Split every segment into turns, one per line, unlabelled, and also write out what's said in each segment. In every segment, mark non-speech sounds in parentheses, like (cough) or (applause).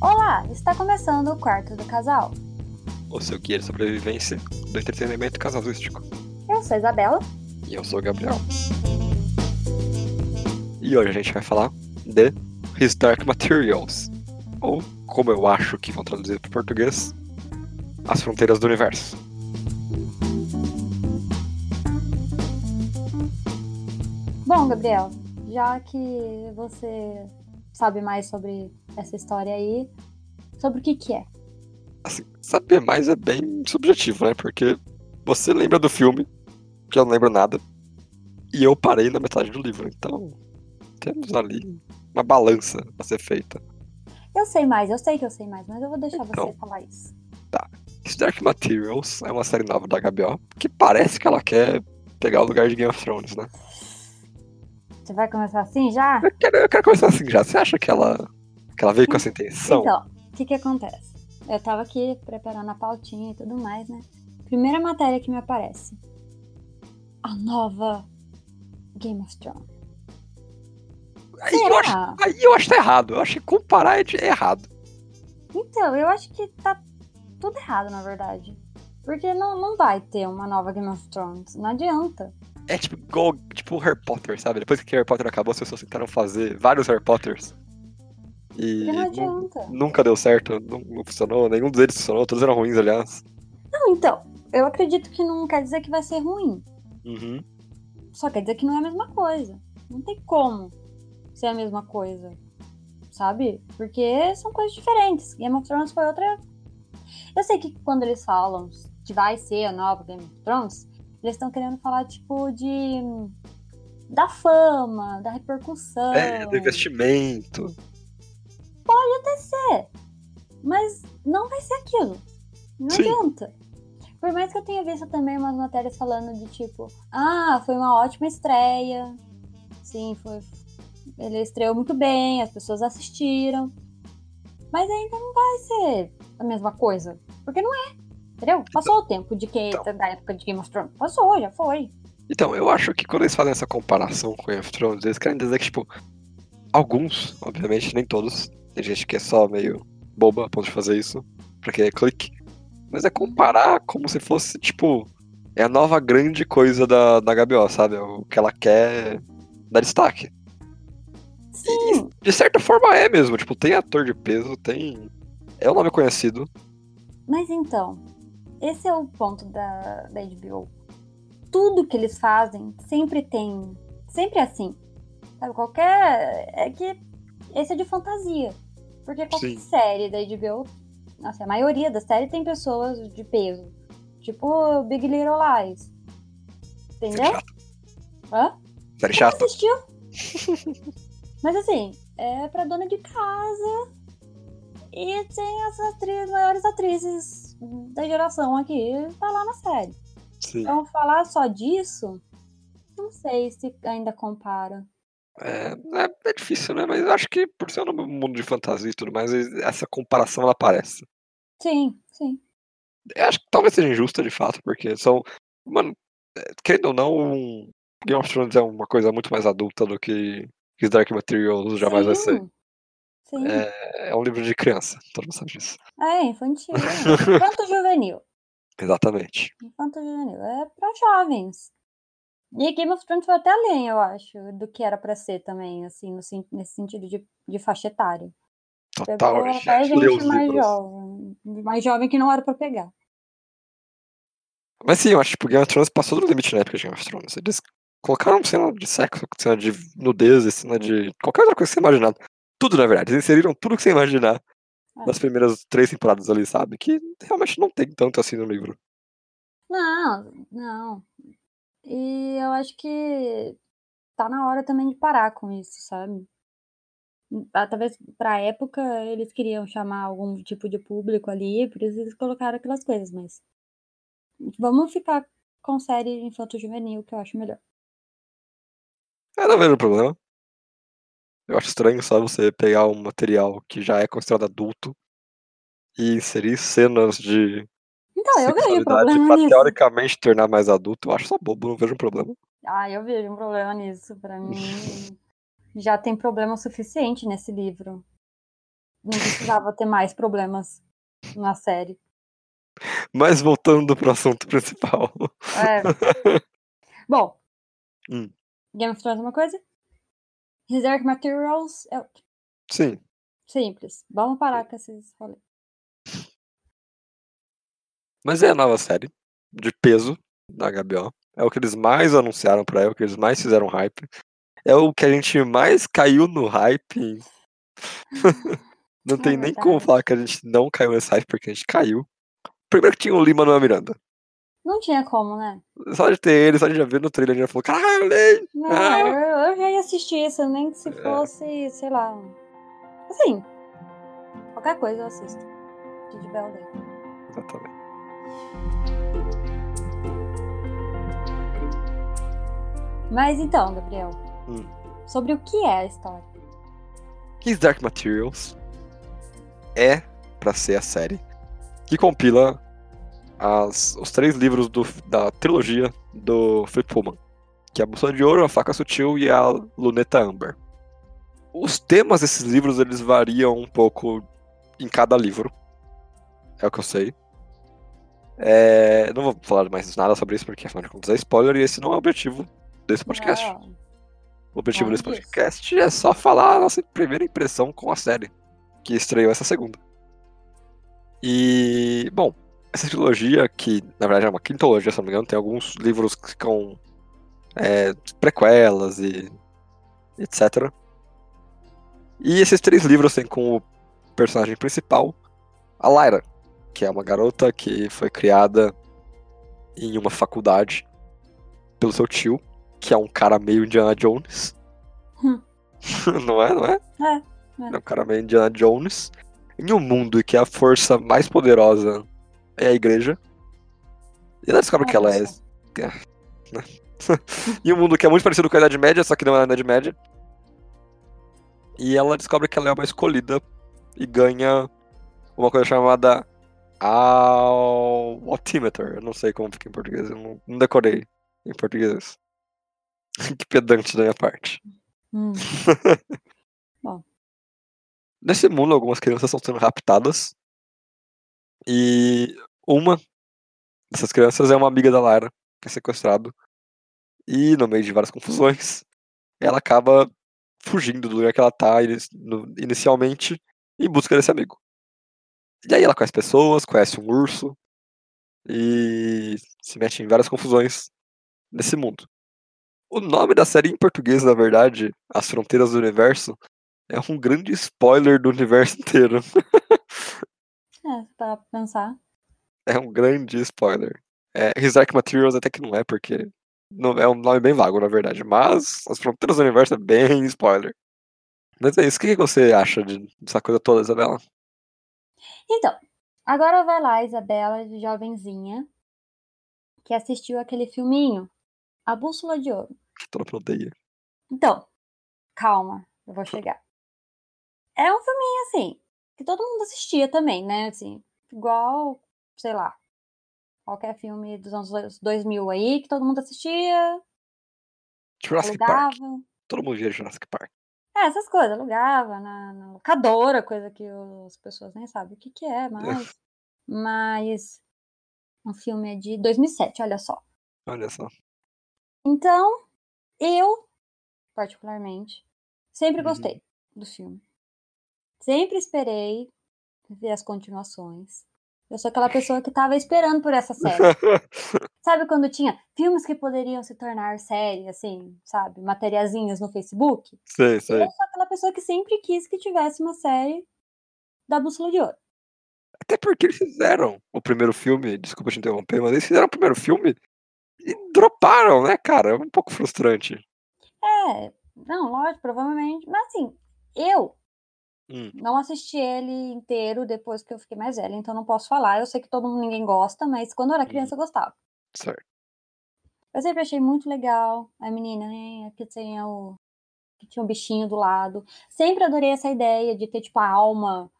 Olá, está começando o quarto do casal.
O seu guia de sobrevivência do entretenimento casalístico.
Eu sou a Isabela.
E eu sou o Gabriel. E hoje a gente vai falar de His Dark Materials. Ou, como eu acho que vão traduzir para português, As Fronteiras do Universo.
Bom, Gabriel, já que você sabe mais sobre essa história aí, sobre o que que é?
Assim, saber mais é bem subjetivo, né? Porque você lembra do filme, que eu não lembro nada, e eu parei na metade do livro. Então, temos ali uma balança a ser feita.
Eu sei mais, eu sei que eu sei mais, mas eu vou deixar você
Então.
falar isso.
Stark Materials é uma série nova da HBO que parece que ela quer pegar o lugar de Game of Thrones, né?
Você vai começar assim já?
Eu quero, eu quero começar assim já. Você acha que ela, que ela veio com essa intenção?
Então, o que que acontece? Eu tava aqui preparando a pautinha e tudo mais, né? Primeira matéria que me aparece. A nova Game of Thrones.
aí, eu acho,
Será?
aí eu acho que tá errado. Eu acho que comparar é de- é errado.
Então, eu acho que tá tudo errado, na verdade. Porque não, não vai ter uma nova Game of Thrones. Não adianta.
É tipo igual tipo Harry Potter, sabe? Depois que Harry Potter acabou, as pessoas tentaram fazer vários Harry Potters. E
Porque não
nu-
adianta.
nunca deu certo, não, não funcionou, nenhum deles funcionou, todos eram ruins, aliás.
Não, então. Eu acredito que não quer dizer que vai ser ruim.
Uhum.
Só quer dizer que não é a mesma coisa. Não tem como ser a mesma coisa. Sabe? Porque são coisas diferentes. Game of Thrones foi outra. Eu sei que quando eles falam que vai ser a nova Game of Thrones, eles estão querendo falar, tipo, de. da fama, da repercussão.
É, do investimento.
Mas não vai ser aquilo. Não
Sim.
adianta. Por mais que eu tenha visto também umas matérias falando de tipo, ah, foi uma ótima estreia. Sim, foi. Ele estreou muito bem, as pessoas assistiram. Mas ainda não vai ser a mesma coisa. Porque não é. Entendeu? Passou o tempo de que
Então.
da época de Game of Thrones. Passou, já foi.
Então, eu acho que quando eles fazem essa comparação com Game of Thrones, eles querem dizer que, tipo, alguns, obviamente, nem todos, tem gente que é só meio boba a ponto de fazer isso, pra quem é clique, mas é comparar como se fosse, tipo, é a nova grande coisa da, da HBO, sabe? É O que ela quer dar destaque.
Sim.
De certa forma é mesmo, tipo, tem ator de peso, tem. É um nome conhecido.
Mas então, esse é o ponto da, da HBO. Tudo que eles fazem sempre tem. Sempre é assim. Sabe, qualquer. É que. Esse é de fantasia. Porque qualquer
Sim.
série da HBO. Nossa, a maioria da série tem pessoas de peso. Tipo Big Little Lies. Entendeu?
Chato.
Hã?
Série
Você
chata.
assistiu? (laughs) Mas assim, é pra dona de casa. E tem as atrizes, maiores atrizes da geração aqui, tá lá na série.
Sim.
Então falar só disso, não sei se ainda compara.
É, é, é difícil, né? Mas eu acho que por ser um mundo de fantasia e tudo mais, essa comparação ela aparece.
Sim, sim.
Eu acho que talvez seja injusta de fato, porque são. Mano, é, querendo ou não, um- Game of Thrones é uma coisa muito mais adulta do que que Dark Materials jamais vai ser.
Sim, Sim. É,
É, é um livro de criança, todo mundo sabe disso.
infantil. né? Infanto juvenil.
Exatamente.
Infanto juvenil. É pra jovens. E Game of Thrones foi até além, eu acho, do que era pra ser também, assim, no sen- nesse sentido de, de faixa etária.
Total.
Pegou
a gente
até
leu
é gente
os
mais
livros.
jovem. Mais jovem que não era pra pegar.
Mas sim, eu acho que tipo, Game of Thrones passou do limite na época de Game of Thrones. Eles colocaram cena de sexo, cena de nudez, cena de qualquer outra coisa que você imaginar. Tudo, na verdade. Eles inseriram tudo que você imaginar
É.
nas primeiras três temporadas ali, sabe? Que realmente não tem tanto assim no livro.
Não, não. E eu acho que tá na hora também de parar com isso, sabe? Ah, Talvez pra época eles queriam chamar algum tipo de público ali, por isso eles colocaram aquelas coisas, mas. Vamos ficar com série infanto juvenil, que eu acho melhor.
Eu É, não vejo problema. Eu acho estranho só você pegar um material que já é considerado adulto e inserir cenas de
Então, eu vejo
sexualidade
problema
pra
nisso.
teoricamente tornar mais adulto. Eu acho só bobo, não vejo problema.
Ah, eu vejo um problema
(laughs)
nisso. Pra mim, já tem problema suficiente nesse livro. não precisava ter mais problemas na série.
Mas voltando pro assunto principal. (laughs)
É. Bom,
Hum.
Game of Thrones é uma coisa. Reserve Materials é outra.
Sim.
simples. Vamos parar com esses rolês.
Mas é a nova série de peso da HBO. É o que eles mais anunciaram pra ela, o que eles mais fizeram hype. É o que a gente mais caiu no hype. não tem nem como
verdade.
falar que a gente não caiu nesse hype, porque a gente caiu. Primeiro que tinha o Lima no Miranda.
Não tinha como, né?
Só de ter ele, só de já ver no trailer, a gente já falou, caralho!
Não,
Ah. É.
eu, eu já ia assistir isso, nem que se fosse, sei lá. um- Assim, qualquer coisa eu assisto. De Bell Day.
Exatamente.
Mas então, Gabriel,
Hum.
sobre o que é a história?
His Dark Materials é pra ser a série que compila as- os três livros do- da trilogia do Flip Pullman, que é a Bússola de Ouro, a Faca Sutil e a Luneta Amber. Os temas desses livros eles variam um pouco em cada livro, é o que eu sei. É, não vou falar mais nada sobre isso porque afinal de contas é spoiler e esse não é o objetivo desse podcast.
Não,
O objetivo
Nada
desse
disso.
podcast é só falar a nossa primeira impressão com a série, que estreou essa segunda. E, bom, essa trilogia, que na verdade é uma quintologia, se não me engano, tem alguns livros que ficam é, prequelas e etc. E esses três livros têm como personagem principal a Lyra, que é uma garota que foi criada em uma faculdade pelo seu tio, que é um cara meio Indiana Jones.
Hum.
(laughs) não é, não é?
É, é.
É um cara meio Indiana Jones. Em um mundo em que a força mais poderosa é a igreja. E ela descobre que ela é.
Nossa.
(laughs) Em um mundo que é muito parecido com a Idade Média, só que não é a Idade Média. E ela descobre que ela é uma escolhida e ganha uma coisa chamada al- altimeter. Eu não sei como fica em português, eu não, não decorei em português. (laughs) que pedante da minha parte.
Hum.
Nesse mundo, algumas crianças estão sendo raptadas. E uma dessas crianças é uma amiga da Lara, que é sequestrado. E no meio de várias confusões, ela acaba fugindo do lugar que ela tá ini- no- inicialmente em busca desse amigo. E aí ela conhece pessoas, conhece um urso e se mete em várias confusões nesse mundo. O nome da série em português, na verdade, As Fronteiras do Universo, é um grande spoiler do universo (laughs) inteiro.
É, pra pensar.
É um grande spoiler. É, His Dark Materials até que não é, porque não, é um nome bem vago, na verdade. Mas As Fronteiras do Universo é bem spoiler. Mas é isso. O que que você acha de- dessa coisa toda, Isabela?
Então, agora vai lá, a Isabela, de jovenzinha, que assistiu aquele filminho, A Bússola de Ouro.
Que toda proteia.
Então, calma, eu vou chegar. É um filminho, assim, que todo mundo assistia também, né? Assim, igual, sei lá, qualquer filme dos anos dois- 2000 aí, que todo mundo assistia,
Jurassic Park.
alugava.
Todo mundo via Jurassic Park.
É, essas coisas, alugava na, na locadora, coisa que o- as pessoas nem sabem o que, que é, mas. mas. O filme é de 2007, olha só.
Olha só.
Então, eu, particularmente, sempre
Uhum.
gostei do filme. Sempre esperei ver as continuações. Eu sou aquela pessoa que tava esperando por essa série. Sabe quando tinha filmes que poderiam se tornar série, assim, sabe? Materiazinhas no Facebook?
sei, sei.
Eu sou aquela pessoa que sempre quis que tivesse uma série da Bússola de Ouro.
Até porque eles fizeram o primeiro filme, desculpa te interromper, mas eles fizeram o primeiro filme e droparam, né, cara? É um pouco frustrante.
É, não, lógico, provavelmente. Mas assim, eu
Hum.
não assisti ele inteiro depois que eu fiquei mais velha, então não posso falar. Eu sei que todo mundo, ninguém gosta, mas quando eu era criança eu gostava.
Uhum. Certo.
Eu sempre achei muito legal a menina, né? Que tinha o. Que tinha um bichinho do lado. Sempre adorei essa ideia de ter, tipo, a alma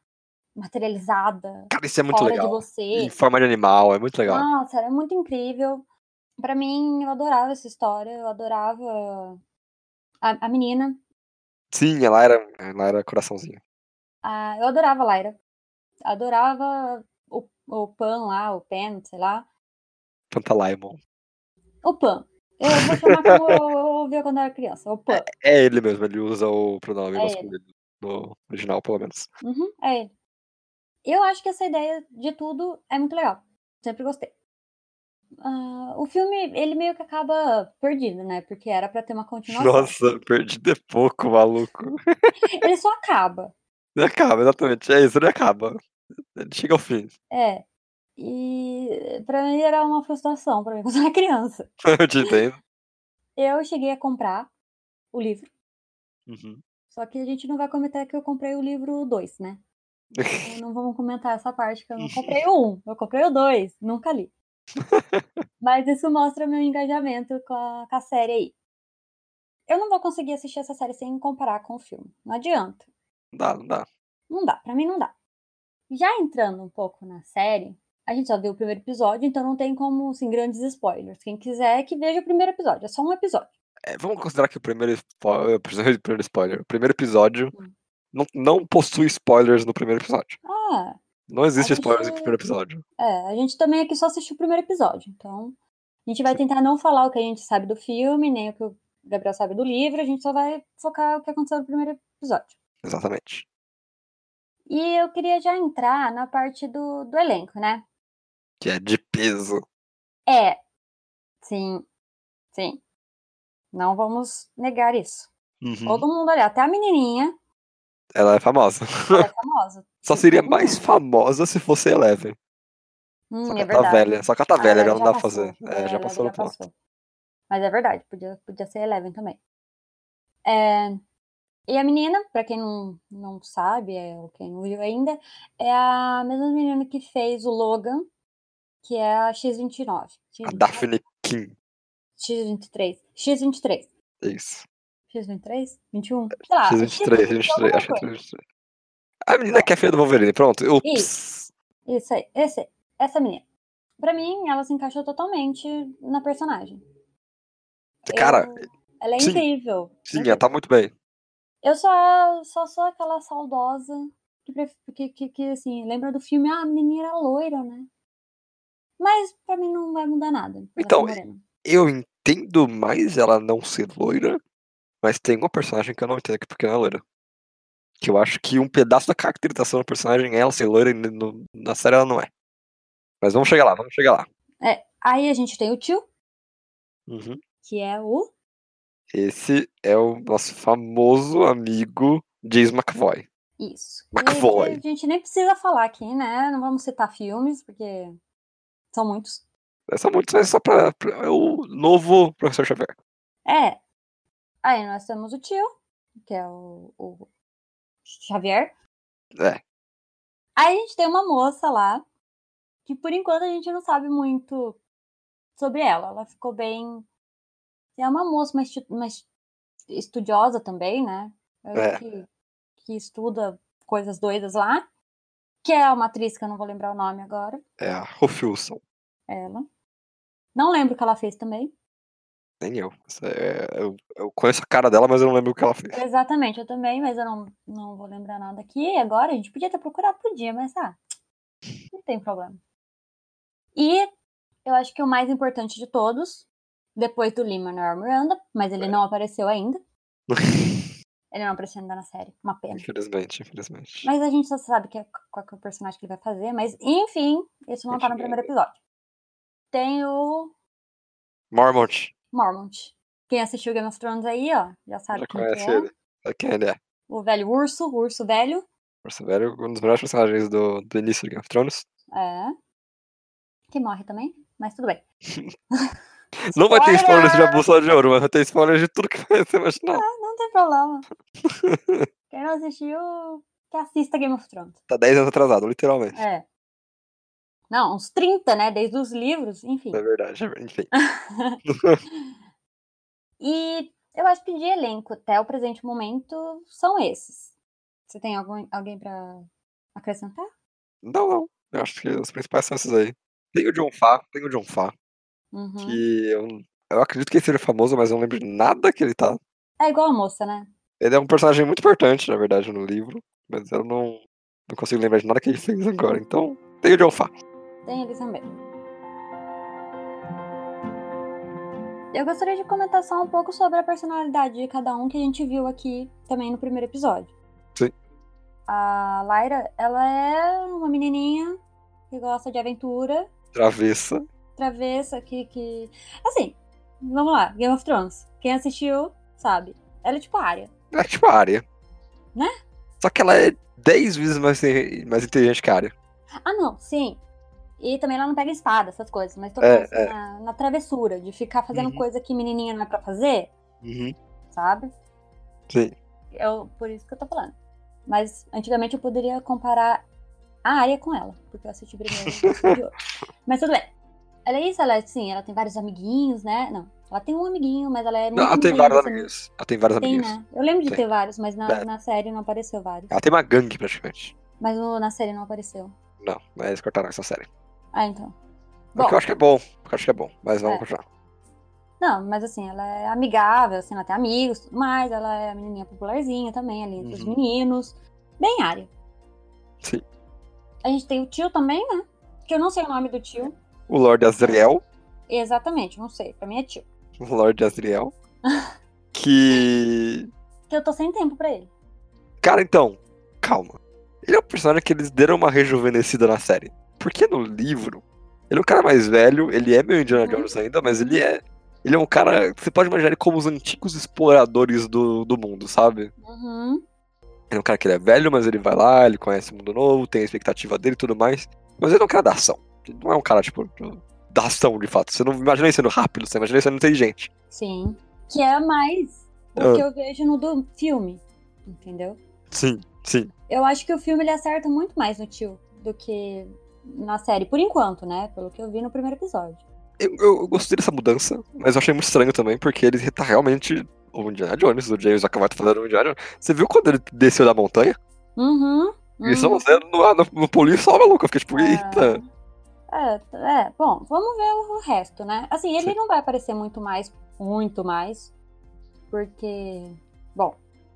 materializada
Cara, isso é muito
fora de
legal.
você.
Em forma de animal, é muito legal.
Nossa, era muito incrível. Pra mim, eu adorava essa história, eu adorava a, a menina.
Sim, ela era, ela era coraçãozinho.
Ah, eu adorava Lyra. Adorava o, o Pan lá, o Pen, sei lá.
Pantalaimon.
O Pan. Eu vou chamar como eu ouvia quando eu era criança. O Pan.
É ele mesmo, ele usa o pronome
É
masculino no original, pelo menos.
Uhum, é ele. Eu acho que essa ideia de tudo é muito legal. Sempre gostei. Ah, o filme, ele meio que acaba perdido, né? Porque era pra ter uma continuação.
Nossa, perdi de pouco, maluco.
Ele só acaba.
Não acaba, exatamente. É isso, não acaba. Ele chega ao fim. (laughs)
É. E pra mim era uma frustração, pra mim, (laughs) quando eu era criança.
Eu te entendo.
Eu cheguei a comprar o livro.
Uhum.
Só que a gente não vai comentar que eu comprei o livro 2, né? Então, não vamos comentar essa parte que eu não comprei o 1, um, eu comprei o 2, nunca li. Mas isso mostra meu engajamento com a, com a série aí. Eu não vou conseguir assistir essa série sem comparar com o filme. Não adianta.
Não dá, não dá.
Não dá, pra mim não dá. Já entrando um pouco na série, a gente só viu o primeiro episódio, então não tem como, assim, grandes spoilers. Quem quiser que veja o primeiro episódio, é só um episódio.
É, vamos considerar que o primeiro, spo- eh, o primeiro spoiler. O primeiro episódio não, não possui spoilers no primeiro episódio.
Ah,
Não existe
gente-
spoilers no primeiro episódio.
É, a gente também aqui só assistiu o primeiro episódio, então a gente vai tentar não falar o que a gente sabe do filme, nem o que o Gabriel sabe do livro, a gente só vai focar o que aconteceu no primeiro episódio.
Exatamente.
E eu queria já entrar na parte do, do elenco, né?
Que é de peso.
É, sim, sim. Não vamos negar isso.
Hum.
Todo mundo olha, até a menininha,
Ela é famosa. (laughs)
ela é famosa.
Só
Sim,
seria
todo
mais
mundo.
famosa se fosse Eleven.
Hum,
Só que
é
ela tá
verdade.
velha. Só que ela tá
A
velha,
Eleven
agora não dá pra
passou,
fazer.
é,
É,
a
já
Eleven
passou no ponto.
passou. Mas é verdade, podia, podia ser Eleven também. É, e a menina, pra quem não, não sabe, é, ou quem não viu ainda, é a mesma menina que fez o Logan, que é a X29.
A
X29,
Daphne King.
X23. X23.
É isso.
X23? 21? Sei lá.
X23, X23,
alguma
acho que é
coisa.
23. A menina que é feia do Wolverine, pronto. Ups.
Isso aí, esse, essa menina. Pra mim, ela se encaixou totalmente na personagem.
Cara,
Eu- ela é
sim.
incrível.
sim, ela tá muito bem.
Eu só, só sou aquela saudosa que, pref- que, que, que, assim, lembra do filme, ah, a menina era loira, né? Mas pra mim não vai mudar nada. ela ser
Então,
morena.
Eu entendo mais ela não ser loira, mas tem uma personagem que eu não entendo que porque ela é loira. Que eu acho que um pedaço da caracterização da personagem é ela ser loira e no- na série ela não é. Mas vamos chegar lá, vamos chegar lá.
Aí a gente tem o tio,
Uhum.
que é o.
Esse é o nosso famoso amigo James McVoy.
Isso.
McFoy.
E que a gente nem precisa falar aqui, né? Não vamos citar filmes, porque são muitos.
É só muito, é só pra, pra- é o novo Professor Xavier.
É. Aí nós temos o tio, que é o, o Xavier.
É.
Aí a gente tem uma moça lá, que por enquanto a gente não sabe muito sobre ela. Ela ficou bem. É uma moça mais, mais estudiosa também, né? Ela
É.
Que, que estuda coisas doidas lá. Que é uma atriz que eu não vou lembrar o nome agora.
É a Ruth Wilson.
Ela. Não lembro o que ela fez também.
Nem eu. Essa é- eu. eu conheço a cara dela, mas eu não lembro o que ela fez.
Exatamente, eu também, mas eu não, não vou lembrar nada aqui. Agora a gente podia ter procurado, podia, mas ah, não tem problema. E eu acho que o mais importante de todos, depois do Lima Manuel Miranda, mas
É.
ele não apareceu ainda.
(laughs)
Ele não apareceu ainda na série, uma pena.
infelizmente, infelizmente.
Mas a gente só sabe que é- qual que é o personagem que ele vai fazer, mas enfim, isso não tá no primeiro episódio. Tem o
Mormont.
Mormont. Quem assistiu Game of Thrones aí, ó, já sabe
Já
quem que
conhece
é.
ele. Sabe quem ele é?
O velho urso, o urso velho.
Urso Velho, um dos melhores personagens do, do início de Game of Thrones.
É. Que morre também, mas tudo bem.
Não vai ter
Spoiler!
spoilers de A Bússola de Ouro, mas vai ter spoilers de tudo que vai ser imaginar.
Não tem problema.
(laughs)
Quem não assistiu, que assista Game of Thrones.
Tá 10 anos atrasado, literalmente. É,
É. Não, uns 30, né? Desde os livros, enfim.
verdade, é ver- enfim.
E eu acho que de elenco até o presente momento são esses. Você tem algum, alguém pra acrescentar?
Não, não. Eu acho que os principais são esses aí. Tem o John Fá, tem o John Fá,
Uhum.
que eu, eu acredito que ele seja famoso, mas eu não lembro de nada que ele tá.
É igual a moça, né?
Ele é um personagem muito importante, na verdade, no livro. Mas eu não, não consigo lembrar de nada que ele fez agora. Então, tem o John Fá.
Tem ele também. Eu gostaria de comentar só um pouco sobre a personalidade de cada um que a gente viu aqui também no primeiro episódio.
Sim.
A Lyra, ela é uma menininha que gosta de aventura,
Travessa.
travessa, que. que... Assim, vamos lá, Game of Thrones. Quem assistiu, sabe. Ela é tipo a área.
É tipo a área.
Né?
Só que ela é 10 vezes mais, mais inteligente que a área.
Ah, não, sim. E também ela não pega espada, essas coisas, mas tô
É,
falando, assim, Na, na travessura, de ficar fazendo
Uhum.
coisa que menininha não é pra fazer,
Uhum.
sabe?
Sim.
Eu, por isso que eu tô falando. Mas antigamente eu poderia comparar a área com ela, porque eu assisti primeiro e assisti
(laughs)
de outro. Mas tudo bem. Ela é isso, ela é assim, ela tem vários amiguinhos, né? Não, ela tem um amiguinho, mas ela é muito.
Não, ela tem
bem
vários
dessa-
amigos. Ela tem vários
Tem,
amigos.
né? Eu lembro de
Tem.
ter vários, mas na,
É.
na série não apareceu vários.
Ela tem uma gangue, praticamente.
Mas no- na série não apareceu.
Não, mas eles cortaram essa série.
Ah, então.
O
Bom,
que eu acho que é bom. O que eu acho que é bom. Mas vamos
É.
continuar.
não, mas assim, ela é amigável, assim, ela tem amigos, tudo mais, ela é a menininha popularzinha também, ali entre os
Uhum.
meninos. Bem área.
Sim.
A gente tem o tio também, né? Que eu não sei o nome do tio.
O Lorde Azriel.
Exatamente, não sei. Pra mim é tio.
O
(laughs)
Lorde Azriel. que.
Que eu tô sem tempo pra ele.
Cara, então, calma. Ele é um personagem que eles deram uma rejuvenescida na série. Porque no livro, ele é um cara mais velho, ele é meio Indiana
Uhum.
Jones ainda, mas ele é. Ele é um cara. Você pode imaginar ele como os antigos exploradores do, do mundo, sabe?
Uhum.
Ele é um cara que ele é velho, mas ele vai lá, ele conhece o mundo novo, tem a expectativa dele e tudo mais. Mas ele é um cara da ação. Ele não é um cara, tipo, do- da ação, de fato. Você não imagina ele sendo rápido, você imagina ele sendo inteligente.
Sim. Que é mais o
Ah.
que eu vejo no do filme. Entendeu?
Sim, sim.
Eu acho que o filme ele acerta muito mais no tio do que na série, por enquanto, né? Pelo que eu vi no primeiro episódio.
Eu, eu- eu gostei dessa mudança, mas eu achei muito estranho também, porque ele tá realmente o Indiana Jones, o James Acabado fazendo o Indiana Jones. Você viu quando ele desceu da montanha?
Uhum.
Eles estão
uhum.
fazendo no, no, no pulinho só, maluco. Eu fiquei tipo,
É.
eita.
É, é, bom, vamos ver o resto, né? Assim, ele
Sim.
não vai aparecer muito mais, muito mais, porque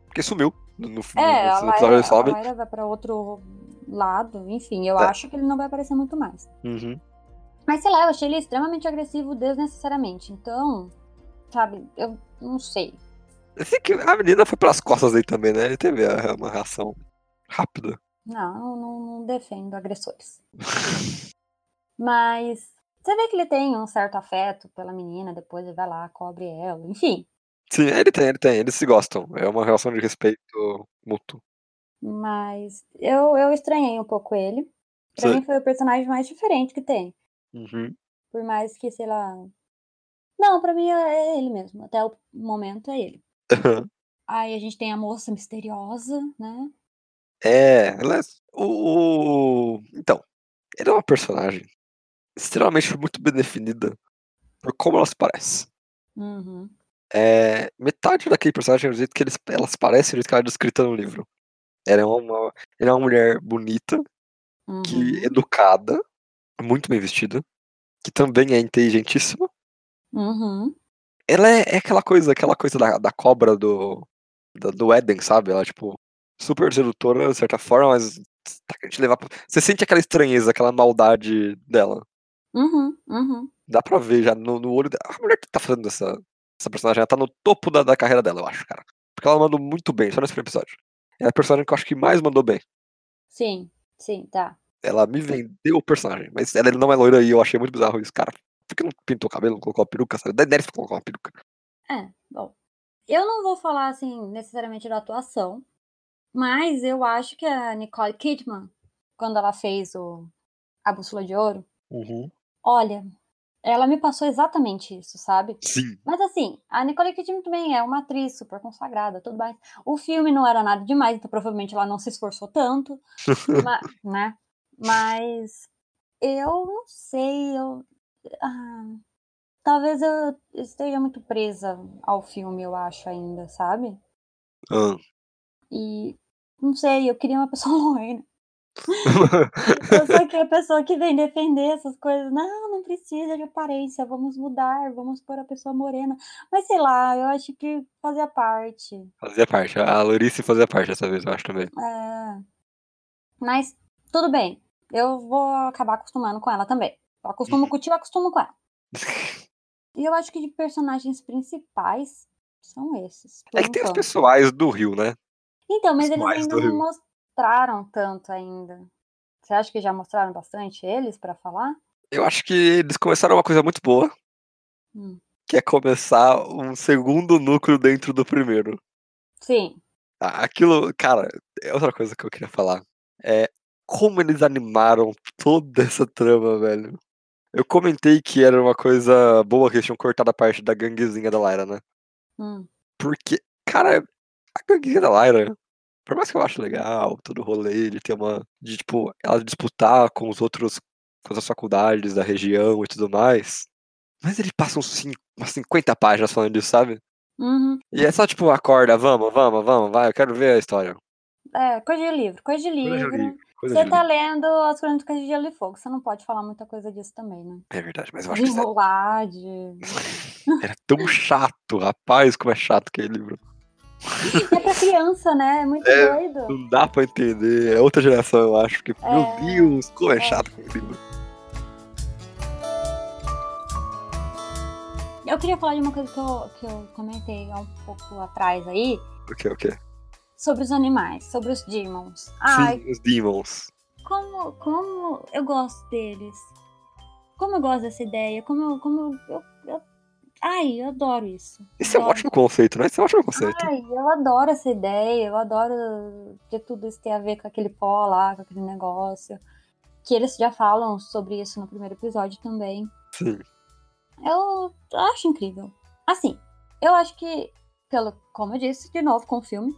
Porque sumiu. No, no,
é, a
no episódio
Lyra,
ele sobe.
a Lyra vai pra outro lado, enfim, eu
É.
acho que ele não vai aparecer muito mais.
Uhum.
Mas sei lá, eu achei ele extremamente agressivo desnecessariamente, então, sabe, eu não sei.
Assim que a menina foi pelas costas aí também, né? Ele teve a- uma reação rápida.
Não, eu não, não defendo
(laughs)
agressores. Mas você vê que ele tem um certo afeto pela menina, depois ele vai lá, cobre ela, enfim.
Sim, ele tem, ele tem, eles se gostam. É uma relação de respeito mútuo.
Mas eu, eu estranhei um pouco ele. Pra
Sim.
mim foi o personagem mais diferente que tem.
Uhum.
Por mais que, sei lá. Não, pra mim é é ele mesmo. Até o momento é ele.
(laughs)
Aí a gente tem a moça misteriosa, né?
É, ela é- o, o- Então, ele é uma personagem extremamente muito bem definida por como ela se parece.
Uhum.
É, metade daquele personagem é do jeito que eles, elas parecem, do jeito que ela é descrita no livro. Ela é uma, ela é uma mulher bonita,
uhum.
que educada, muito bem vestida, que também é inteligentíssima.
Uhum.
ela é, é aquela coisa, aquela coisa da, da cobra do, da- do Éden, sabe? Ela é, tipo, super sedutora, de certa forma, mas tá querendo te levar pra... Você sente aquela estranheza, aquela maldade dela.
Uhum. Uhum.
Dá pra ver já no, no olho dela. A mulher que tá fazendo essa, essa personagem, ela tá no topo da, da carreira dela, eu acho, cara. Porque ela mandou muito bem, só nesse primeiro episódio. É a personagem que eu acho que mais mandou bem.
Sim, sim, tá.
Ela me vendeu o personagem, mas ela não é loira e eu achei muito bizarro isso, cara. Por que não pintou o cabelo, não colocou a peruca, sabe? Daenerys colocou uma peruca.
É, bom. Eu não vou falar, assim, necessariamente da atuação, mas eu acho que a Nicole Kidman, quando ela fez o A Bússola de Ouro,
Uhum.
Olha, ela me passou exatamente isso, sabe?
Sim.
Mas assim, a Nicole Kidman também é uma atriz super consagrada, tudo mais. O filme não era nada demais, então provavelmente ela não se esforçou tanto, ma- né? Mas eu não sei, eu ah, talvez eu esteja muito presa ao filme, eu acho ainda, sabe?
Ah. (laughs)
E não sei, eu queria uma pessoa (laughs) loira. Eu sou aquela pessoa que vem defender essas coisas. Não, não precisa de aparência, vamos mudar, vamos pôr a pessoa morena. Mas sei lá, eu acho que fazia parte.
Fazia parte. A Lurice fazia parte dessa vez, eu acho também.
É, Mas tudo bem. Eu vou acabar acostumando com ela também. Eu
Uhum.
acostumo com o tio, eu acostumo
(laughs)
com ela. E eu acho que de personagens principais são esses. por
É que tem os
enquanto.
pessoais do Rio, né?
Então, mas eles
pessoais
ainda
do
não
Rio.
mostraram tanto ainda. Você acha que já mostraram bastante eles pra falar?
Eu acho que eles começaram uma coisa muito boa.
Hum.
Que é começar um segundo núcleo dentro do primeiro.
Sim.
A- Aquilo, cara, é outra coisa que eu queria falar. É como eles animaram toda essa trama, velho. Eu comentei que era uma coisa boa que eles tinham cortado a parte da ganguezinha da Lyra, né?
Hum.
Porque, cara, a ganguezinha da Lyra, por mais que eu acho legal, todo o rolê, ele tem uma. De, tipo, ela disputar com os outros. com as faculdades da região e tudo mais. Mas eles passam cin- umas 50 páginas falando disso, sabe?
Uhum.
E é só tipo, acorda, vamos, vamos, vamos, vai, eu quero ver a história.
É, coisa de livro, coisa de
Coisa de
livro.
livro, coisa
Você
de
tá
livro.
lendo as crônicas de Gelo e Fogo. Você não pode falar muita coisa disso também, né?
É verdade, mas eu acho
De
que isso
enrolar,
(laughs)
de.
era tão chato, rapaz, como é chato aquele livro.
É pra criança, né? É muito
É.
doido.
Não dá pra entender, é outra geração, eu acho, porque,
É,
meu Deus, como é
é.
chato aquele livro.
Eu queria falar de uma coisa que eu, que eu comentei há um pouco atrás aí,
O que, o que?
sobre os animais, sobre os demons. Ai,
Sim, os demons.
como, como eu gosto deles. Como eu gosto dessa ideia, como eu. Como eu, eu- eu- ai, eu adoro isso.
Esse é um
Adoro.
ótimo conceito, né? Esse é um ótimo conceito.
Ai, eu adoro essa ideia, eu adoro ter tudo isso ter a ver com aquele pó lá, com aquele negócio. Que eles já falam sobre isso no primeiro episódio também.
Sim.
Eu acho incrível. Assim, eu acho que, pelo, como eu disse, de novo com o filme,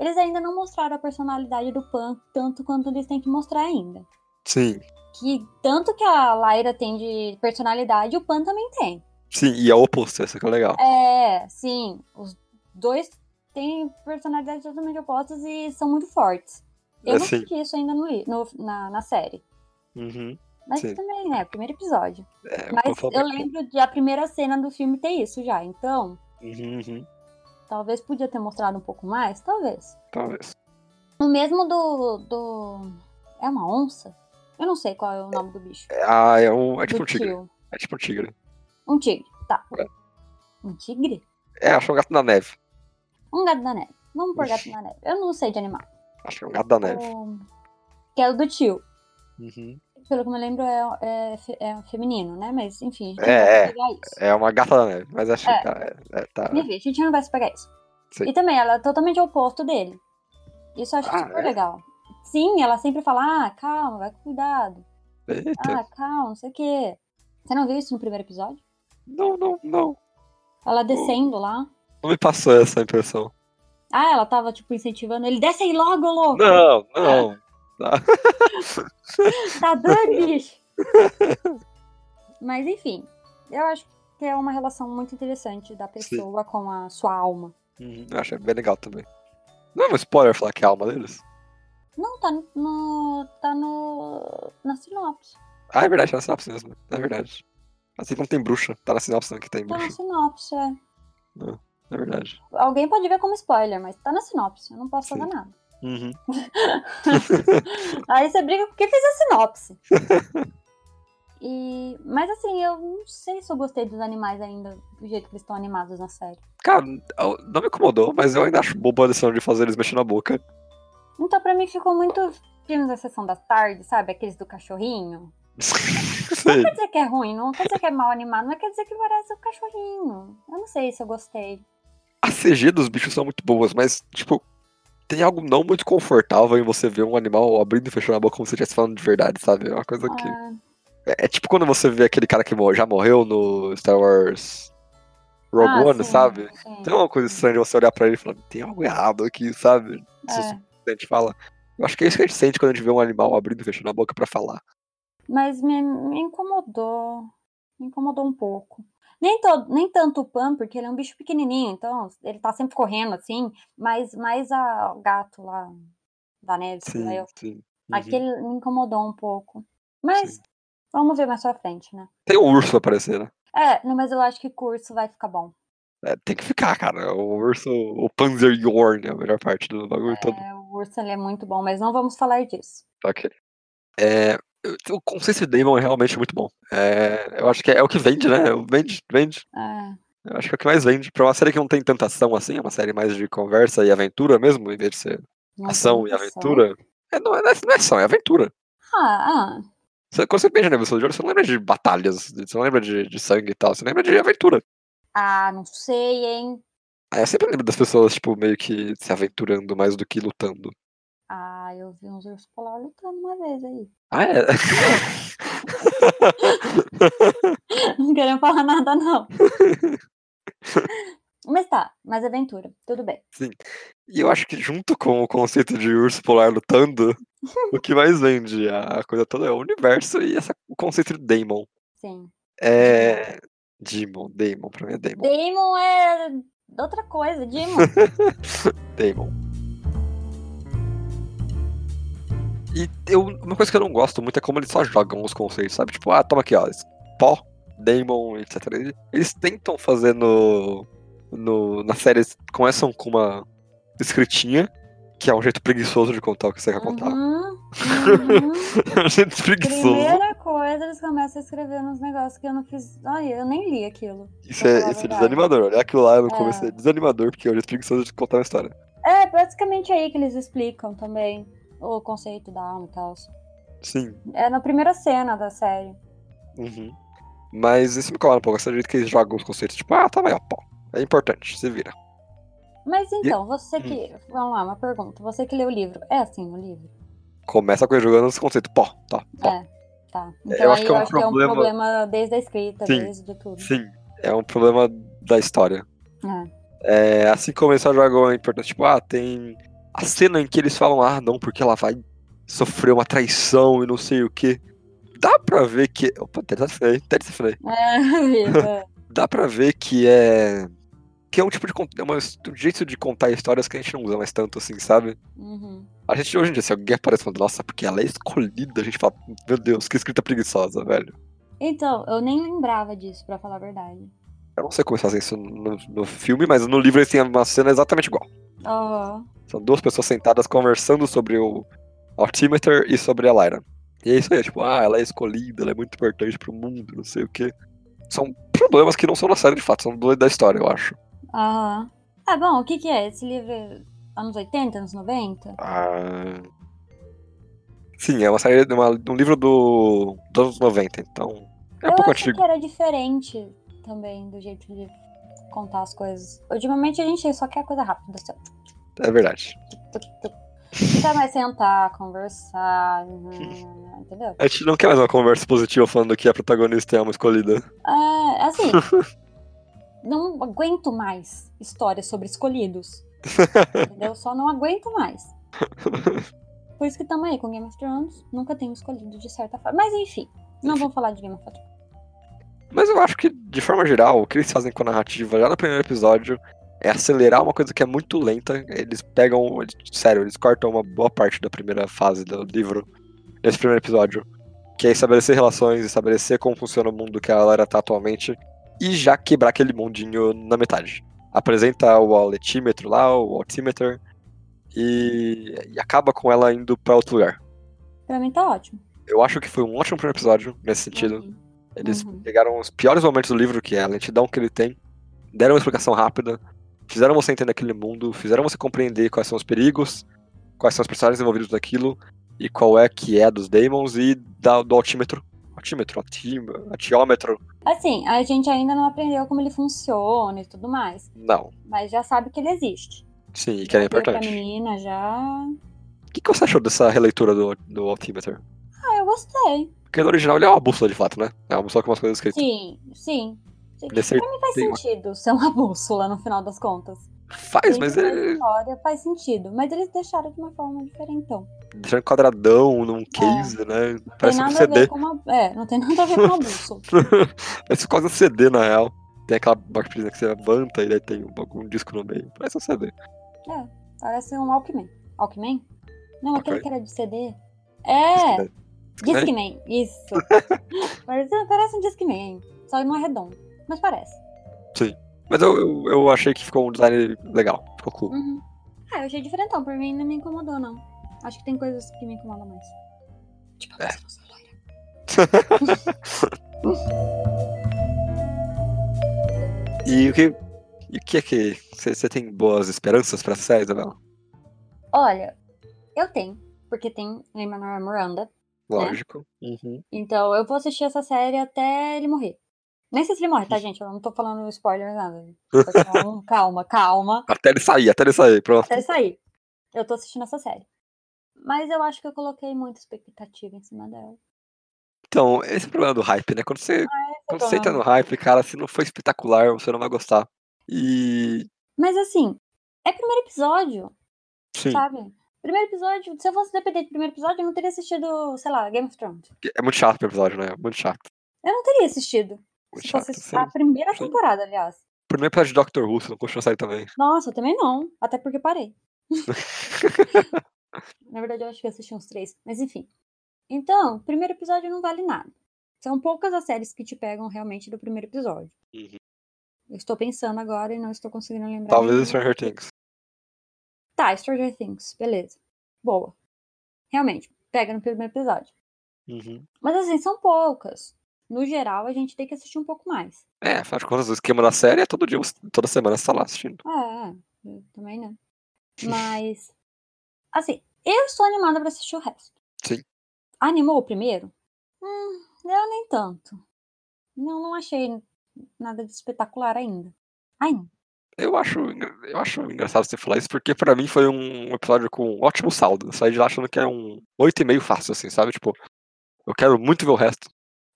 eles ainda não mostraram a personalidade do Pan tanto quanto eles têm que mostrar ainda.
Sim.
Que tanto que a Lyra tem de personalidade, o Pan também tem.
Sim, e é o oposto, isso que é legal.
É, sim. Os dois têm personalidades totalmente opostas e são muito fortes. Eu
É,
não
sim.
senti isso ainda no, li- no- na, na série.
Uhum.
Mas
Sim.
também, né? Primeiro episódio.
É,
Mas
conforme-
eu lembro de a primeira cena do filme ter isso já. Então,
Uhum, uhum.
talvez podia ter mostrado um pouco mais. Talvez.
Talvez.
O mesmo do. do... É uma onça? Eu não sei qual é o nome do bicho.
É, Ah, é, um, é tipo
do
um tigre.
tio.
É tipo um tigre.
Um tigre, tá.
É.
Um tigre?
É, acho que é um gato na neve.
Um gato da neve. Vamos pôr gato na neve. Eu não sei de animal.
Acho que é um gato da neve.
O- Que é o do tio.
Uhum.
Pelo que eu me lembro, é, é, fe- é feminino, né? Mas enfim, a gente
É,
não vai
é.
se pegar isso.
É uma gata da neve, mas acho
É.
que tá. É, é, tá.
Enfim, a gente não vai se pegar isso.
Sim.
E também, ela é totalmente oposto dele. Isso eu acho
Ah,
super
é?
legal. Sim, ela sempre fala, ah, calma, vai com cuidado.
Eita.
Ah, calma, não sei o quê. Você não viu isso no primeiro episódio?
Não, não, não.
Ela descendo lá.
Não me passou essa impressão.
Ah, ela tava, tipo, incentivando ele. Desce aí logo, louco!
Não, não.
Tá dando, bicho! Mas enfim, eu acho que é uma relação muito interessante da pessoa com a sua alma.
Uhum, eu achei bem legal também. Não é um spoiler falar que é a alma deles?
Não, tá no- no. tá no. na sinopse.
Ah, é verdade, tá na sinopse mesmo. É verdade. Assim como tem bruxa, tá na sinopse né, que tem
Tá na
bruxa.
sinopse, é.
É verdade.
Alguém pode ver como spoiler, mas tá na sinopse. Eu não posso
Sim.
fazer nada.
Uhum.
Aí você briga porque fez a sinopse. E, mas assim, eu não sei se eu gostei dos animais ainda, do jeito que eles estão animados na série.
Cara, eu- não me incomodou, mas eu ainda acho boba a decisão de fazer eles mexendo a boca. (laughs)
Então, pra mim, ficou muito filme da sessão da tarde, sabe? Aqueles do cachorrinho.
Sei.
Não quer dizer que é ruim, não quer dizer que é mal animado, não quer dizer que parece o cachorrinho. Eu não sei se eu gostei.
A CG dos bichos são muito boas, mas, tipo, tem algo não muito confortável em você ver um animal abrindo e fechando a boca como se estivesse falando de verdade, sabe? É uma coisa que.
Ah,
É, é tipo quando você vê aquele cara que mor- já morreu no Star Wars
ah,
Rogue One,
sim,
né, sabe? Então,
sim.
Tem uma coisa estranha de você olhar pra ele e falar, tem algo errado aqui, sabe? Se
É.
a gente fala. Eu acho que é isso que a gente sente quando a gente vê um animal abrindo e fechando a boca pra falar.
Mas me, me incomodou. Me incomodou um pouco. Nem, to, nem tanto o Pan, porque ele é um bicho pequenininho, então ele tá sempre correndo assim, mas mais a, o gato lá da neve, sei lá
Sim,
eu.
sim. Uhum.
Aquele me incomodou um pouco. Mas
Sim.
vamos ver mais pra frente, né?
Tem um urso aparecendo.
É, não, mas eu acho que curso vai ficar bom.
É, tem que ficar, cara. O urso, o Panzer Yorn é a melhor né, parte do bagulho todo.
É, o Morrison ele é muito bom, mas não vamos falar disso.
Tá ok. É, eu- o conceito de Damon é realmente muito bom. É, eu acho que é, o que vende, né? Vende, vende.
É,
Eu acho que é o que mais vende. Pra uma série que não tem tanta ação assim, é uma série mais de conversa e aventura mesmo, em vez de ser
não
ação
tem
e
noção.
aventura. É, não, é, não é ação, é aventura.
Ah, ah,
Você, quando você pensa na Missão de Ouro, você não lembra de batalhas, você não lembra de, de sangue e tal, você lembra de aventura.
ah, não sei, hein?
Aí eu sempre lembro das pessoas, tipo, meio que se aventurando mais do que lutando.
Ah, eu vi uns ursos polar lutando uma vez aí. (laughs)
Ah, é?
Não querendo falar nada,
(laughs)
não. mas tá, mas aventura, tudo bem.
E eu acho que junto com o conceito de urso polar lutando, o que mais vende a coisa toda é o universo e essa- o conceito de Daemon.
Sim.
É. Demon, Daemon, pra mim é Daemon.
Damon é outra coisa,
(laughs)
Demon.
Daemon. E eu, uma coisa que eu não gosto muito é como eles só jogam os conceitos, sabe? Tipo, ah, toma aqui, ó, esse pó, Daemon, etc. Eles- Eles tentam fazer no, no. Na série, eles começam com uma escritinha, que é um jeito preguiçoso de contar o que você quer contar. (laughs)
Uhum, uhum.
É um jeito preguiçoso.
Primeira coisa, eles começam a escrever uns negócios que eu não fiz. Olha, eu nem li aquilo.
Isso
Pra
é,
falar a
isso é
verdade.
desanimador. Olhar aquilo lá no
É.
começo é desanimador, porque eu já fico preguiçoso de contar uma história.
É, basicamente aí que eles explicam também o conceito da alma e tal.
Sim.
É na primeira cena da série.
Uhum. Mas isso me incomoda um pouco, esse jeito que eles jogam os conceitos. Tipo, ah, tá melhor, pô. É importante, se vira.
Mas então,
Hum.
você que. Vamos lá, uma pergunta. Você que lê o livro. É assim o livro?
Começa com ele jogando os conceitos. Pó, tá, pó.
É. Tá. Então aí
eu acho que é
eu
um
acho que é um
problema-
problema desde a escrita,
Sim.
desde tudo. (laughs)
Sim. É um problema da história.
É.
É, assim como eles só jogam é importante. Tipo, ah, tem a cena em que eles falam, ah, não, porque ela vai sofrer uma traição e não sei o que. Dá pra ver que. Opa, tá até desafinei, até desafinei.
É, vida.
dá pra ver que é que é um tipo de con- é uma- um jeito de contar histórias que a gente não usa mais tanto assim, sabe?
Uhum.
A gente hoje em dia, se alguém aparece falando, nossa, porque ela é escolhida, a gente fala, meu Deus, que escrita preguiçosa, velho.
Então, eu nem lembrava disso, pra falar a verdade.
Eu não sei como eles fazem isso no, no filme, mas no livro eles têm uma cena exatamente igual.
Aham.
São duas pessoas sentadas conversando sobre o Altimeter e sobre a Lyra. E é isso aí, tipo, ah, ela é escolhida, ela é muito importante pro mundo, não sei o quê. São problemas que não são da série de fato, são do da história, eu acho.
Aham. Ah, bom, o que que é? Esse livro é anos 80, anos 90?
Ah. Sim, é uma série de uma- de um livro do dos anos 90, então. É um
eu
pouco
acho
antigo.
que era diferente também do jeito de contar as coisas. Ultimamente a gente só quer coisa rápida. Assim. ó.
É verdade.
Não quer mais sentar, conversar,
(laughs)
né, entendeu?
A gente não quer mais uma conversa positiva falando que a protagonista é uma escolhida.
É, assim, não aguento mais histórias sobre escolhidos. Entendeu? Só não aguento mais. Por isso que estamos aí com Game of Thrones. Nunca tenho escolhido de certa forma. Mas enfim, não vou falar de Game of Thrones.
Mas eu acho que, de forma geral, o que eles fazem com a narrativa já no primeiro episódio é acelerar uma coisa que é muito lenta. Eles pegam. eles- sério, eles cortam uma boa parte da primeira fase do livro nesse primeiro episódio. Que é estabelecer relações, estabelecer como funciona o mundo que a galera tá atualmente e já quebrar aquele mundinho na metade. Apresenta o aletímetro lá, o altimeter, e, e acaba com ela indo pra outro lugar.
Pra mim tá ótimo.
Eu acho que foi um ótimo primeiro episódio nesse sentido. Eles
Uhum.
pegaram os piores momentos do livro, que é a lentidão que ele tem, deram uma explicação rápida, fizeram você entender aquele mundo, fizeram você compreender quais são os perigos, quais são os personagens envolvidos naquilo, e qual é que é dos Daemons e da, do altímetro. Altímetro, altim- atiômetro.
Assim, a gente ainda não aprendeu como ele funciona e tudo mais.
Não.
Mas já sabe que ele existe.
Sim, que era
Deu pra
importante.
menina já.
O que, que você achou dessa releitura do, do altímetro?
Ah, eu gostei.
Porque no original ele é uma bússola de fato, né? É uma bússola com umas coisas escritas.
Sim, sim. sim.
Ele acer-
Pra mim faz
tem-
sentido ser uma bússola no final das contas.
Faz,
Dentro
mas é
da
ele.
história faz sentido. Mas eles deixaram de uma forma diferentão.
Deixando um quadradão num case, né? Parece
É. tem nada a
um CD.
ver com uma. É, não tem nada a ver com uma
(laughs)
bússola.
Parece quase um CD, na real. Tem aquela backprisma que você levanta e daí tem um, algum disco no meio. Parece um CD.
Parece um Walkman. Walkman? Não, aquele
Walkman.
que era de CD. É,
Disque Man.
Discman,
Disque Man.
isso.
(laughs)
parece, parece um Discman, só que não é redondo. Mas parece.
Mas eu, eu, eu achei que ficou um design legal. Ficou cool.
Uhum. Ah, eu achei diferentão. Por mim não me incomodou, não. Acho que tem coisas que me incomodam mais. Tipo, a é. nossa loira.
E o que, e o que é que. Você tem boas esperanças pra série, Isabela?
Olha, eu tenho. Porque tem Lin-Manuel Miranda.
Lógico. Uhum.
Então eu vou assistir essa série até ele morrer. Nem sei se ele morre, tá, gente? Eu não tô falando spoiler nada.
(laughs)
Então, calma, calma.
Até ele sair, até ele sair, pronto.
Até ele sair. Eu tô assistindo essa série. Mas eu acho que eu coloquei muita expectativa em cima dela.
Então, esse é o problema do hype, né? Quando você,
tá
quando você entra tá no hype, cara, se não for espetacular, você não vai gostar. E.
Mas assim, é primeiro episódio,
Sim.
sabe? Primeiro episódio, se eu fosse depender do primeiro episódio, eu não teria assistido, sei lá, Game of Thrones.
É muito chato o episódio, né? Muito chato.
Eu não teria assistido.
Muito
se
chato.
fosse
Sim.
a primeira
Sim.
temporada, aliás.
Primeiro episódio é de Doctor Who, você não continua a série também.
Nossa, eu também não. Até porque
(laughs)
parei. Na verdade, eu acho que eu assisti uns três. Mas enfim. Então, primeiro episódio não vale nada. São poucas as séries que te pegam realmente do primeiro episódio.
Uhum.
Eu estou pensando agora e não estou conseguindo lembrar.
Talvez o
nenhuma.
Stranger Things.
Tá, Stranger Things. Beleza. Boa. Realmente, pega no primeiro episódio.
Uhum.
Mas assim, são poucas. No geral, a gente tem que assistir um pouco mais.
É, afinal de contas, o esquema da série é todo dia, você- toda semana você tá lá assistindo.
É, eu também não. Mas, assim, eu estou animada pra assistir o resto.
Sim.
Animou o primeiro? Hum, eu nem tanto. Não, não achei nada de espetacular ainda. Ainda.
Eu acho, engra- eu acho engraçado você falar isso, porque pra mim foi um episódio com um ótimo saldo. Eu saí de lá achando que era um 8,5 fácil, assim, sabe? Tipo, eu quero muito ver o resto.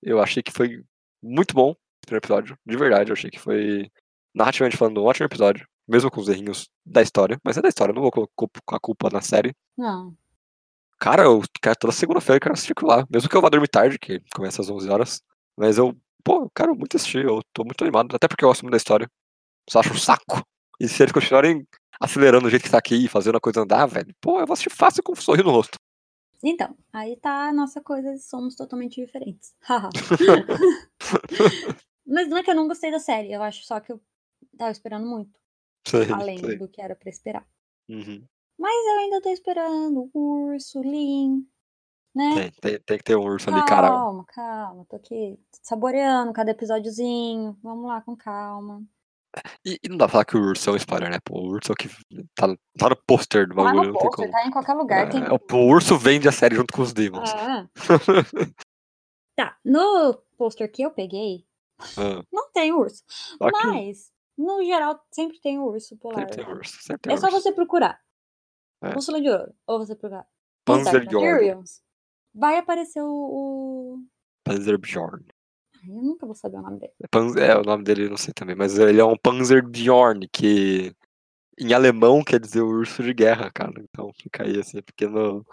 Eu achei que foi muito bom esse primeiro episódio, de verdade. Eu achei que foi, narrativamente falando, um ótimo episódio. Mesmo com os errinhos da história, mas é da história, eu não vou colocar a culpa na série.
Não.
Cara, eu quero toda segunda-feira, eu quero assistir aquilo lá. Mesmo que eu vá dormir tarde, que começa às 11 horas. Mas eu, pô, eu quero muito assistir, eu tô muito animado. Até porque eu gosto muito da história. Só acho um saco. E se eles continuarem acelerando do jeito que tá aqui, fazendo a coisa andar, velho, pô, eu vou assistir fácil com um sorriso no rosto. (laughs)
Então, aí tá a nossa coisa de somos totalmente diferentes. (laughs) Haha. Mas não é que eu não gostei da série, eu acho só que eu tava esperando muito,
Sei,
além
sei.
do que era pra esperar.
Uhum.
Mas eu ainda tô esperando o urso, o Lin, né?
Tem, tem, tem que ter um urso ali, cara.
Calma, calma. Tô aqui saboreando cada episódiozinho. Vamos lá com calma.
E, e não dá pra falar que o urso é um spoiler, né? Pô, o urso é o que tá, tá no pôster do
Tá no
bagulho, não tem
poster,
como.
tá em qualquer lugar. tem...
É, o, o urso vende a série junto com os demons.
Ah.
(laughs)
Tá, no pôster que eu peguei,
Ah,
não tem urso.
só que
Mas, no geral, sempre tem um urso polar.
sempre tem urso, sempre tem um
É só
urso.
você procurar.
É.
Bússola de ouro. Ou você procurar.
Panzer
Inside
Jordan.
Materials. Vai aparecer o. o-
é Panzerbjorn.
Ai, eu nunca vou saber o nome dele.
É, Panz- é, o nome dele eu não sei também, mas ele é um Panzerbjorn, que em alemão quer dizer urso de guerra, cara. Então fica aí assim, pequeno.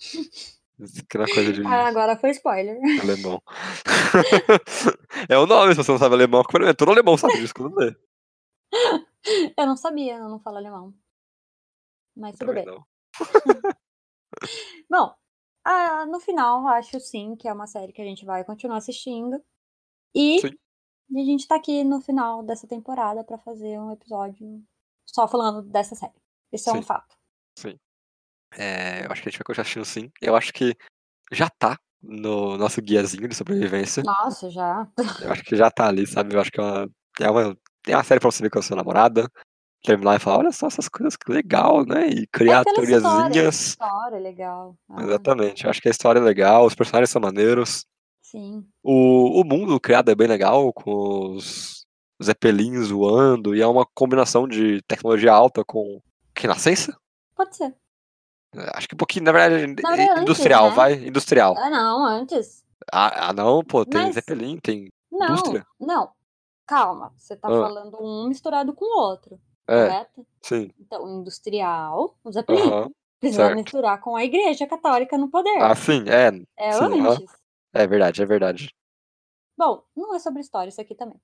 Pequena coisa de
Ah, agora foi spoiler. (laughs)
alemão. (laughs) é o nome, se você não sabe alemão, é todo alemão sabe disso, tudo bem.
Eu não sabia, eu não falo alemão. Mas tudo
Também
bem.
não.
Bom, ah, no final, acho sim que é uma série que a gente vai continuar assistindo. E
Sim.
a gente tá aqui no final dessa temporada pra fazer um episódio só falando dessa série. Isso é um
Sim.
fato.
É, eu acho que a gente vai continuar assistindo sim. Eu acho que já tá no nosso guiazinho de sobrevivência.
Nossa, já.
Eu acho que já tá ali, sabe? Eu acho que é uma, é uma, é uma série pra você ver com a sua namorada. Terminar e falar, olha só essas coisas que legal, né? E criar
É pela história.
teoriazinhas.
História legal. Ah,
Exatamente. Eu acho que a história é legal, os personagens são maneiros.
sim.
O, o mundo criado é bem legal, com os Zeppelins voando, e é uma combinação de tecnologia alta com renascença?
Pode ser.
É, Acho que um pouquinho, na verdade,
Na verdade, antes,
industrial,
né?
vai? Industrial.
Ah, não, antes.
Ah, ah, não, pô, tem
Mas-
Zeppelin, tem.
Não,
Indústria?
não. Calma. Você tá
Ah.
falando um misturado com o outro,
É,
correto?
sim.
Então, industrial, os apelidos.
Aham.
Precisa
certo.
misturar com a igreja católica no poder.
Ah, sim, é.
É
Sim, aham.
antes.
É verdade, é verdade.
Bom, não é sobre história isso aqui também.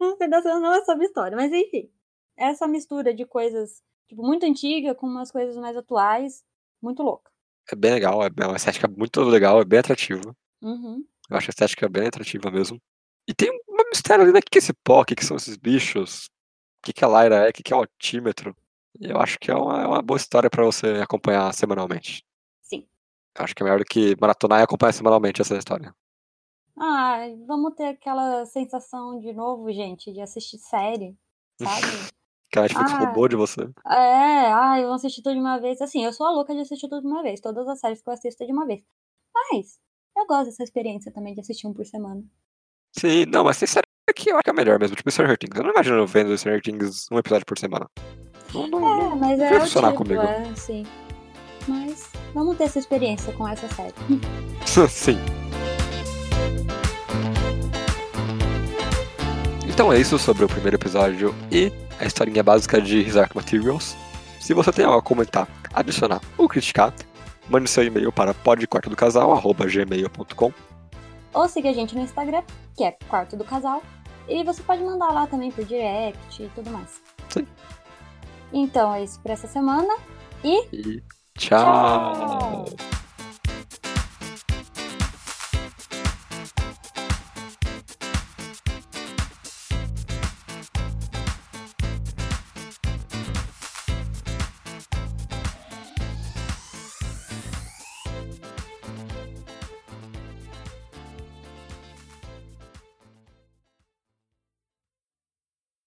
Um pedaço não é sobre história, mas enfim. Essa mistura de coisas tipo, muito antiga com umas coisas mais atuais, muito louca.
É bem legal, é é uma estética muito legal, é bem atrativa.
Uhum.
Eu acho a estética bem atrativa mesmo. E tem um um mistério ali, né? O que que é esse pó? O que, que são esses bichos? O que, que a Lyra é? O que, que é o altímetro? E eu acho que é uma, é uma boa história pra você acompanhar semanalmente.
Sim.
Eu acho que é melhor do que maratonar e acompanhar semanalmente essa história.
Ah, vamos ter aquela sensação de novo, gente, de assistir série, sabe?
Que a Netflix
Ah.
roubou de você.
É, ai, vamos assistir tudo de uma vez. Assim, eu sou a louca de assistir tudo de uma vez. Todas as séries que eu assisto é de uma vez. Mas eu gosto dessa experiência também de assistir um por semana.
Sim, não, mas tem série que eu acho que é melhor mesmo. Tipo, Stranger Things. Eu não imagino vendo Stranger Things um episódio por semana. Não, não, não-
É, mas é
vai
o tipo,
funcionar comigo.
é, sim. Mas vamos ter essa experiência com essa série.
(laughs) Sim. Então é isso sobre o primeiro episódio e a historinha básica de Rizark Materials. Se você tem algo a comentar, adicionar ou criticar, mande seu e-mail para podquartodocasal.gmail.com
Ou siga a gente no Instagram, que é Quarto do Casal. E você pode mandar lá também por direct e tudo mais.
Sim.
Então é isso por essa semana.
e tchau.
Tchau.